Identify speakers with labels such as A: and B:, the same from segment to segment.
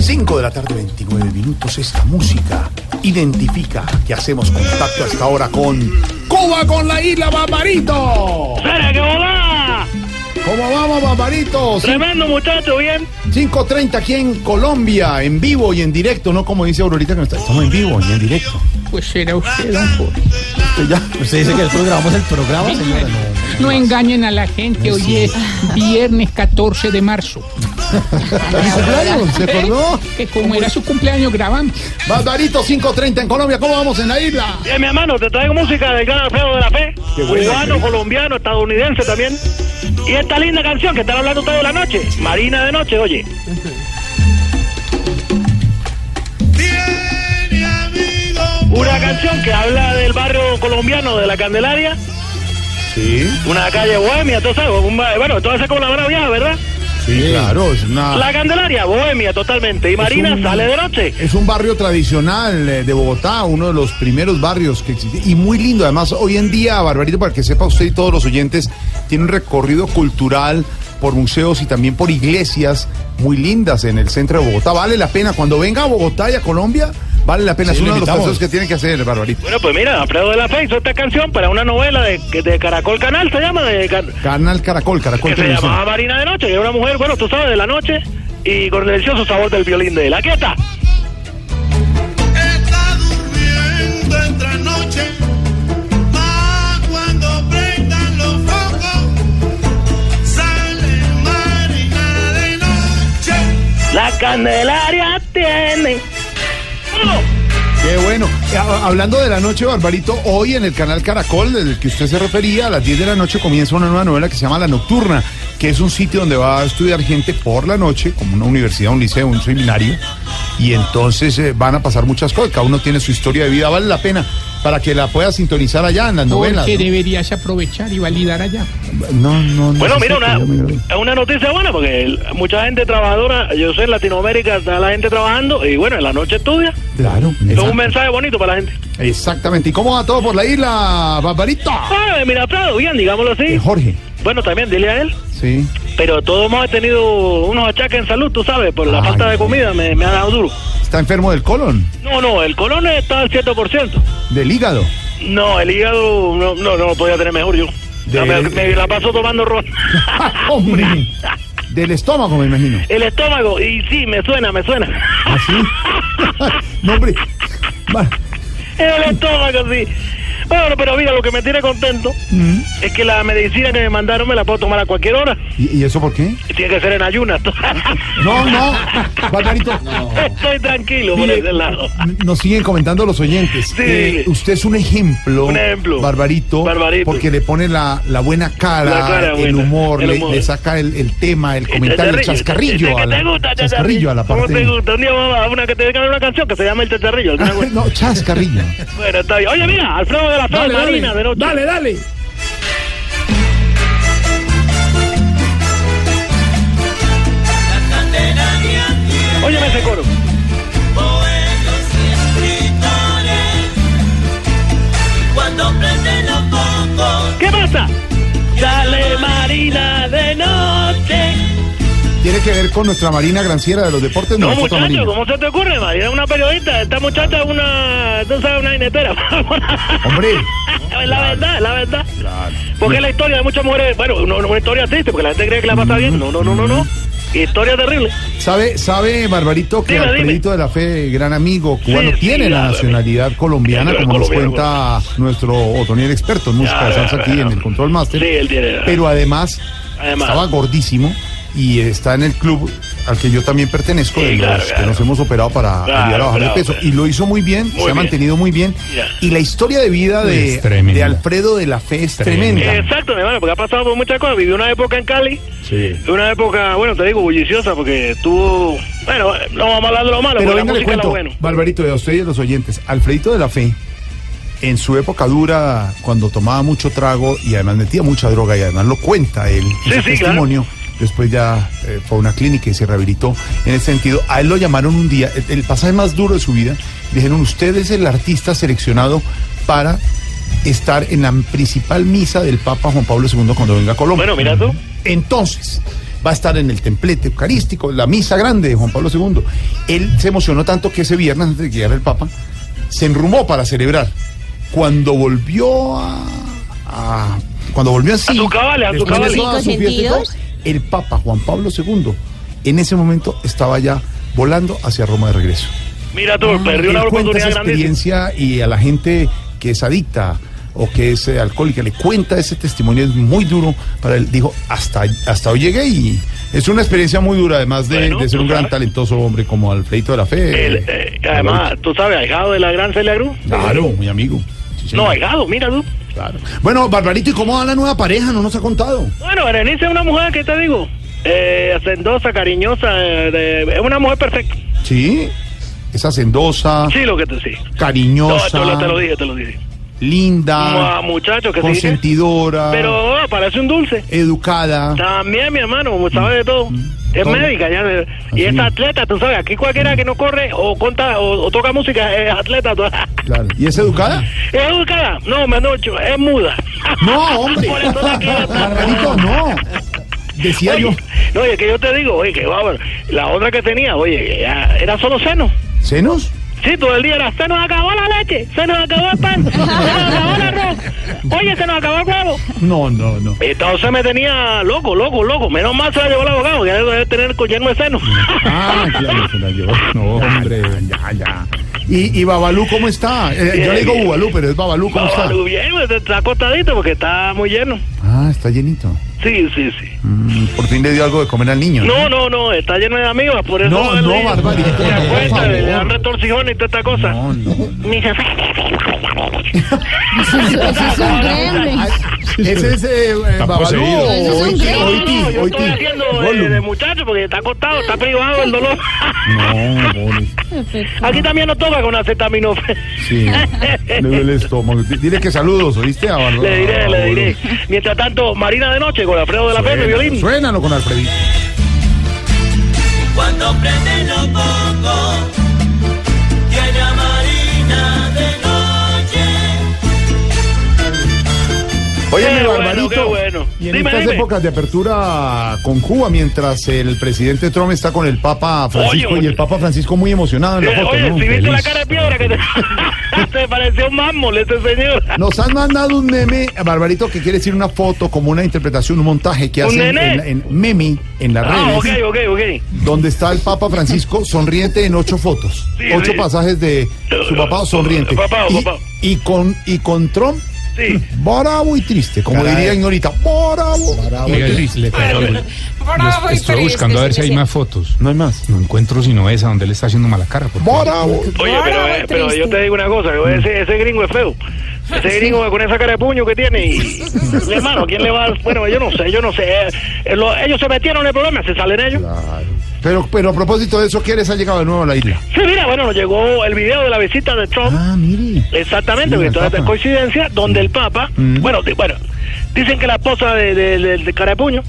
A: 5 de la tarde, 29 minutos. Esta música identifica que hacemos contacto hasta ahora con Cuba, con la isla Barbarito.
B: ¡Espera, que volá!
A: ¿Cómo vamos, Barbarito? Cin-
B: Tremendo muchacho, bien.
A: 5.30 aquí en Colombia, en vivo y en directo, no como dice Aurorita que no está. Estamos en vivo y en directo.
C: Pues será usted, don Jorge.
A: Usted ya, usted dice que después grabamos el programa, señora. No.
C: No engañen a la gente, hoy es viernes 14 de marzo.
A: ¡Feliz cumpleaños! ¿Se acordó?
C: Que como era su cumpleaños, grabamos.
A: Barbarito, 5.30 en Colombia. ¿Cómo vamos en la isla?
B: Bien, mi hermano, te traigo música del gran Alfredo de la Fe. Cubano, colombiano, estadounidense también. Y esta linda canción que están hablando toda la noche. Marina de noche, oye. Una canción que habla del barrio colombiano de la Candelaria.
A: Sí,
B: Una calle bohemia, tú sabes. un ba- bueno, todo eso es como la buena vieja, ¿verdad?
A: sí, claro. Es una...
B: La Candelaria, bohemia, totalmente. Y Marina
A: Ah. un-
B: sale de noche.
A: Es un barrio tradicional eh, de Bogotá, uno de los primeros barrios que existe y muy lindo. Además, hoy en día, Barbarito, para que sepa usted y todos los oyentes, tiene un recorrido cultural por museos y también por iglesias muy lindas en el centro de Bogotá. Vale la pena, cuando venga a Bogotá y a Colombia, vale la pena. es uno de los paseos que tiene que hacer, Barbarito.
B: Bueno, pues mira, Alfredo de la Fe hizo esta canción para una novela de, que- de Caracol Canal, se llama, de, Car-
A: Canal Caracol, Caracol
B: que se
A: Televisión.
B: llamaba Marina de Noche, que era una mujer, bueno, tú sabes, de la noche y con el delicioso sabor del violín de él. Aquí está.
D: Está durmiendo entre noche, más cuando prendan los focos, sale marina de noche.
B: La Candelaria tiene. ¡Vamos!
A: Qué bueno. Eh, hab- Hablando de la noche, Barbarito, hoy en el canal Caracol, del que usted se refería, a las 10 de la noche comienza una nueva novela que se llama La Nocturna, que es un sitio donde va a estudiar gente por la noche, como una universidad, un liceo, un seminario, y entonces eh, van a pasar muchas cosas. Cada uno tiene su historia de vida, vale la pena para que la pueda sintonizar allá en las novelas.
C: Porque
A: ¿no?
C: deberías aprovechar y validar allá.
A: No, no, no
B: Bueno,
A: sé
B: mira,
A: si
B: una,
A: yo me-
B: es una noticia buena porque el- mucha gente trabajadora, yo sé, en Latinoamérica está la gente trabajando y bueno, en la noche estudia.
A: Claro,
B: Es un
A: exact-
B: mensaje bonito para la gente.
A: exactamente. ¿Y cómo va todo por la isla, Barbarito?
B: Ah, mira, Prado, bien, digámoslo
A: Eh,
B: así.
A: Jorge,
B: Bueno, también dile a él.
A: sí.
B: Pero todos hemos tenido unos achaques en salud, tú sabes, por la
A: Ay,
B: falta de
A: sí.
B: comida me, me ha dado duro.
A: Está enfermo del colon,
B: No, no, el colon está al 7%.
A: del hígado.
B: No, el hígado no, no, no lo podía tener mejor yo.
A: De-
B: Me, me la paso tomando ron.
A: Ah, ¡Hombre! Del estómago, me imagino.
B: El estómago, y sí, me suena, me suena.
A: ¿Así? no, hombre. ¿Ah, Va-
B: El estómago, sí. Bueno, pero mira, lo que me tiene contento
A: Mm.
B: es que la medicina que me mandaron me la puedo tomar a cualquier hora.
A: ¿Y, y eso por qué?
B: Y Tiene que ser en ayunas.
A: No, no. Barbarito,
B: Estoy tranquilo por
A: mire,
B: ese lado.
A: nos siguen comentando los oyentes. Eh,
B: Sí.
A: usted es un ejemplo,
B: Un ejemplo.
A: Barbarito,
B: Barbarito.
A: porque le pone la, la buena cara,
B: La cara
A: el,
B: buena,
A: humor,
B: el
A: le-
B: humor. Este
A: Le, saca el, el tema, el comentario, el
B: Ese
A: chascarrillo.
B: este que
A: a la-
B: te gusta,
A: chascarrillo a la
B: ¿Cómo te
A: parte.
B: gusta? Ah, Un día vamos a una que te dedican una canción que se llama El Chascarrillo. alguna vez.
A: No, chascarrillo.
B: Bueno, está bien. Oye, mira, Alfredo de la Fe, Marina de noche.
C: dale, dale.
D: La Candelaria tiene
B: Óyeme ese coro.
D: poetas y escritores. Cuando prenden los focos,
B: ¿Qué pasa? Dale, Marina de noche.
A: ¿Tiene que ver con nuestra Marina Granciera de los deportes?
B: No,
A: es otra Marina.
B: muchacho, ¿cómo se te ocurre, Marina? Es una periodista. Esta muchacha es una. Tú sabes, una inetera.
A: Hombre.
B: Es la verdad, es la verdad. Porque es la historia de muchas mujeres. Bueno, no, no, una historia triste, porque la gente cree que la pasa bien. No, no, no, no, no.
A: Mm.
B: Historia terrible.
A: ¿Sabe, sabe Barbarito, que
B: Dime, dime.
A: Alfredito de la Fe, gran amigo cubano,
B: Sí, sí,
A: tiene la
B: claro,
A: nacionalidad colombiana,
B: Sí,
A: como
B: colombiano,
A: nos cuenta nuestro Otoniel experto en música
B: Claro,
A: de salsa aquí
B: claro.
A: en el Control Master?
B: Sí, él tiene la-
A: Pero además,
B: Además.
A: estaba gordísimo y está en el club al que yo también pertenezco,
B: Sí,
A: de los
B: claro,
A: que
B: claro.
A: nos hemos operado para
B: Claro,
A: ayudar a bajar de
B: bravo,
A: peso.
B: bravo.
A: Y lo hizo muy bien, se ha
B: bien.
A: mantenido muy bien.
B: Ya.
A: Y la historia de vida de,
E: Es tremenda.
A: de Alfredo de la Fe es tremenda.
B: Exacto, mi hermano, porque ha pasado por muchas cosas. Vivió una época en Cali
E: Sí.
B: Fue una época, bueno, te digo, bulliciosa porque tuvo... Bueno, no vamos a hablar de lo malo,
A: Pero
B: porque
A: venga,
B: la
A: le
B: música es
A: cuento,
B: lo bueno.
A: Barbarito, y a ustedes y a los oyentes, Alfredito de la Fe, en su época dura, cuando tomaba mucho trago y además metía mucha droga y además lo cuenta él, en
B: Sí,
A: su
B: sí,
A: testimonio, después ya eh, fue a una clínica y se rehabilitó en ese sentido. A él lo llamaron un día, el, el pasaje más duro de su vida, dijeron, usted es el artista seleccionado para estar en la principal misa del Papa Juan Pablo II cuando venga a Colombia.
B: Bueno, mira tú.
A: Entonces, va a estar en el templete eucarístico, la misa grande de Juan Pablo II. Él se emocionó tanto que ese viernes, antes de que llegara el Papa, se enrumó para celebrar. Cuando volvió a. a- cuando volvió así.
B: A sus cabales, a sus
A: después de
B: cabales.
A: toda su fiesta y todo, El Papa Juan Pablo II, en ese momento, estaba ya volando hacia Roma de regreso.
B: Mira tú, perdí
A: Él
B: una
A: Ah, cuenta esa
B: oportunidad grandísima.
A: experiencia y a la gente que es adicta o que es eh, alcohólica le cuenta ese testimonio es muy duro para él dijo hasta hasta hoy llegué y es una experiencia muy dura además de,
B: Bueno,
A: de ser
B: tú
A: un gran
B: sabes.
A: talentoso hombre como Alfredito de la Fe
B: El, eh, además, tú sabes, ahijado de la gran Celia Cruz.
A: claro mi amigo Sí,
B: No,
A: señor,
B: ahijado, mira tú.
A: claro. bueno Barbarito y cómo va la nueva pareja no nos ha contado
B: Bueno, Berenice es una mujer que te digo, eh, hacendosa, cariñosa, eh, de- es una mujer perfecta.
A: sí es hacendosa
B: Sí, lo que te sí. No,
A: cariñosa
B: te lo, te lo dije, te lo dije.
A: linda
B: Ah, muchacho, que sí. ¿eh?
A: consentidora
B: Pero ah, parece un dulce.
A: educada
B: También, mi hermano, como sabe de todo. Es
A: Todo.
B: médica, ya. de- Y
A: Así.
B: es atleta, tú sabes. Aquí cualquiera que no corre o conta o, o toca música es atleta. tú-
A: claro y es educada
B: ¿Es educada? No, Manocho, es muda.
A: No, hombre.
B: Por eso la quiero tanto.
A: Barbarito, no. Decía
B: Oye,
A: yo.
B: No, es que yo te digo, oye, que bárbaro. La otra que tenía, oye, ya era solo seno.
A: ¿Senos?
B: Sí, todo el día era, se nos acabó la leche, se nos acabó el pan, se nos acabó el arroz, oye, se nos acabó el huevo.
A: No, no, no.
B: Entonces me tenía loco, loco, loco. Menos mal se la llevó el abogado, que debe tener el lleno de seno.
A: Ah, claro, se la llevó. No, hombre, ya, ya. ¿Y, y Babalú cómo está? Eh, yo le digo Bubalú, pero es Babalú, ¿cómo está?
B: Bárbaro, bien, pues, está acostadito porque está muy lleno.
A: Ah, está llenito.
B: Sí, sí, sí.
A: Mm, por fin le dio algo de comer al niño.
B: No, no, no, está lleno de amigos, por eso...
A: No, no,
B: le-
A: Barbarito,
B: Se
A: por
B: acuesta, le
A: favor.
B: dan retorcijones y toda esta cosa.
A: No, no.
B: Mi jefe.
F: Eso es un gremlin.
A: Ah, Ese es eh, eh, Babalú.
E: poseído.
F: Ese es un
A: Oiti,
F: gremlin.
A: Oiti,
B: No, no, no, yo
A: Oiti.
B: estoy haciendo eh, de,
A: Gollum.
B: de muchacho porque está acostado, está privado el dolor.
A: No, pobre.
B: Aquí también nos toca con acetaminofén.
A: Sí, le duele el estómago. D- Dile que saludos, ¿oíste? A Barbarú.
B: Le diré, le diré. Mientras tanto, Marina de Noche con Alfredo de la Fe, mi violín.
A: Suénalo con Alfredito.
D: Cuando prende los pocos, tiene a Marina de noche.
A: Oye, mi
B: Qué bueno,
A: Barbarito,
B: qué bueno.
A: y en
B: Dime,
A: estas
B: dime.
A: épocas de apertura con Cuba, mientras el presidente Trump está con el Papa Francisco
B: Oye,
A: y el Papa Francisco muy emocionado en la
B: Eh,
A: foto,
B: Oye,
A: ¿no?
B: si viste
A: Feliz.
B: la cara de piedra que te, te pareció un mármol ese señor.
A: Nos han mandado un meme, Barbarito, que quiere decir una foto como una interpretación, un montaje que
B: ¿Un
A: hacen
B: nene?
A: en, la- en meme en las
B: Ah,
A: redes,
B: ok, ok, ok.
A: donde está el Papa Francisco sonriente en ocho fotos,
B: Sí,
A: ocho
B: sí.
A: pasajes de su papá sonriente.
B: Papá,
A: y,
B: papá.
A: y con y con Trump
B: Sí.
A: bravo y triste, como
G: Caray.
A: diría Ignorita, bravo.
G: Oiga, le- le-
F: Bravo y triste,
G: Estoy buscando a ver
F: sí,
G: si hay
F: sí.
G: más fotos.
A: No hay más.
G: No encuentro sino esa donde él está haciendo mala cara. porque-
A: Bravo.
B: Oye, pero, eh, pero yo te digo una cosa, que ese, ese gringo es feo. Ese gringo con esa cara de puño que tiene y... Hermano, ¿quién le va a... Bueno, yo no sé, yo no sé. Eh, eh, lo- ellos se metieron en el problema, se salen ellos.
A: Pero, pero a propósito de eso, ¿quién les ha llegado de nuevo a la isla?
B: Sí, mira, bueno, nos llegó el video de la visita de Trump.
A: mire.
B: Exactamente,
A: Ah, Sí,
B: porque
A: al
B: toda esta
A: Papa. Mm.
B: coincidencia, donde el Papa, bueno, di- bueno, dicen que la esposa de, de, de- de cara de puño,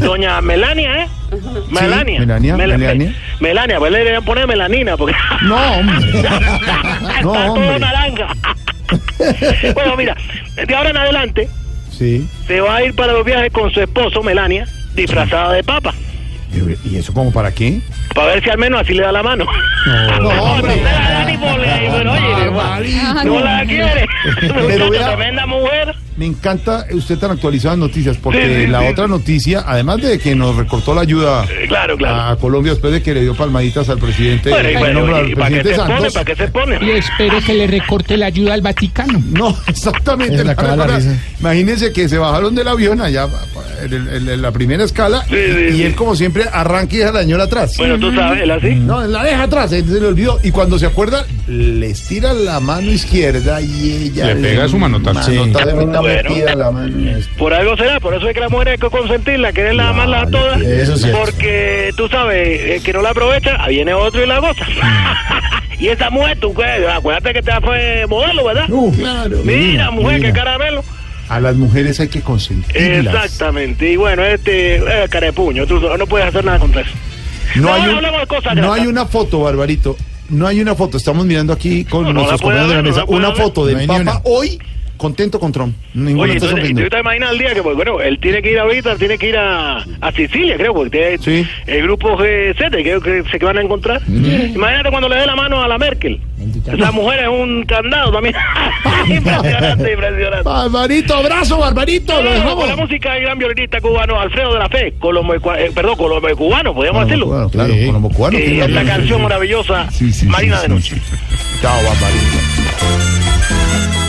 B: doña Melania, ¿eh? Melania.
A: Oh. Melania, Melania.
B: Melania, pues le deberían poner melanina, porque
A: No, hombre.
B: está
A: No,
B: todo
A: hombre.
B: naranja. bueno, mira, de ahora en adelante
A: Sí.
B: se va a ir para los viajes con su esposo, Melania, disfrazada de Papa,
A: ¿Y eso como para qué?
B: para ver si al menos así le da la mano.
A: No,
B: No
A: hombre.
B: se la da ni por ley, pero oye,
F: Ah,
B: no la quiere.
A: Pero
B: Muchacho,
A: vea-
B: tremenda mujer.
A: Me encanta usted tan actualizado en noticias, porque
B: Sí, sí,
A: la
B: sí.
A: otra noticia, además de que nos recortó la ayuda
B: Eh, Claro, claro.
A: a Colombia después de que le dio palmaditas al presidente,
B: Bueno, y
A: en
B: bueno,
A: nombre
B: y-
A: al
B: y ¿para qué
A: presidente
B: se pone?
A: Santos.
B: ¿Para qué se
C: Y
B: pone?
C: espero que le recorte la ayuda al Vaticano.
A: No, exactamente.
G: Se le acaba la
A: Ahora,
G: risa.
A: Imagínense que se bajaron del avión allá en, el- en- en la primera escala
B: Sí,
A: y,
B: sí,
A: él
B: sí.
A: como siempre arranca y deja la señora atrás.
B: Bueno, tú sabes, él así.
A: No, la deja atrás, él se le olvidó. Y cuando se acuerda, les tira la mano izquierda y ella
G: Le pega su manotazo. Sí.
A: manota de una
B: Bueno.
A: metida a la mano izquierda.
B: Por algo será, por eso es que la mujer hay que consentirla, que la amarla a
A: Vale,
B: todas.
A: eso es cierto.
B: Porque tú sabes, el que no la aprovecha, ahí viene otro y la goza.
A: Mm.
B: y esa mujer, tú, ¿qué? acuérdate que te fue modelo, ¿verdad?
A: Uh, claro.
B: Mira, mujer,
A: mira.
B: que caramelo.
A: A las mujeres hay que consentirlas.
B: Exactamente. Y bueno, este, eh, carepuño, tú no puedes hacer nada contra eso.
A: No,
B: No,
A: hay,
B: no
A: un-
B: hablemos de cosas
A: no
B: gratas.
A: hay una foto, Barbarito. No hay una foto. Estamos mirando aquí con
B: No, no
A: nuestros
B: la puede
A: compañeros de la
B: haber, no
A: mesa.
B: la puede
A: una
B: haber.
A: foto del
G: No hay ni
A: Papa hoy contento con Trump. Ninguno
B: Oye,
A: está
B: entonces,
A: sonriendo.
B: ¿tú te imaginas el día que, pues, bueno, él tiene que ir ahorita, tiene que ir a, a Sicilia, creo, porque tiene
A: Sí.
B: el grupo G7, creo que se que van a encontrar. Imagínate cuando le dé la mano a la Merkel. Esa mujer es un candado también. impresionante, impresionante.
A: Barbarito, abrazo, Barbarito. Lo
B: Con la
A: dejamos.
B: música del gran violinista cubano Alfredo de la Fe, colombo, eh, perdón, colombo cubano, podríamos decirlo.
A: Claro, claro,
G: Sí.
A: con los cubanos
B: Eh,
A: tiene
B: la
A: razón.
B: canción maravillosa
G: Sí, sí,
B: Marina
G: sí,
B: de
G: sí.
B: Noche.
A: Chao, Barbarito.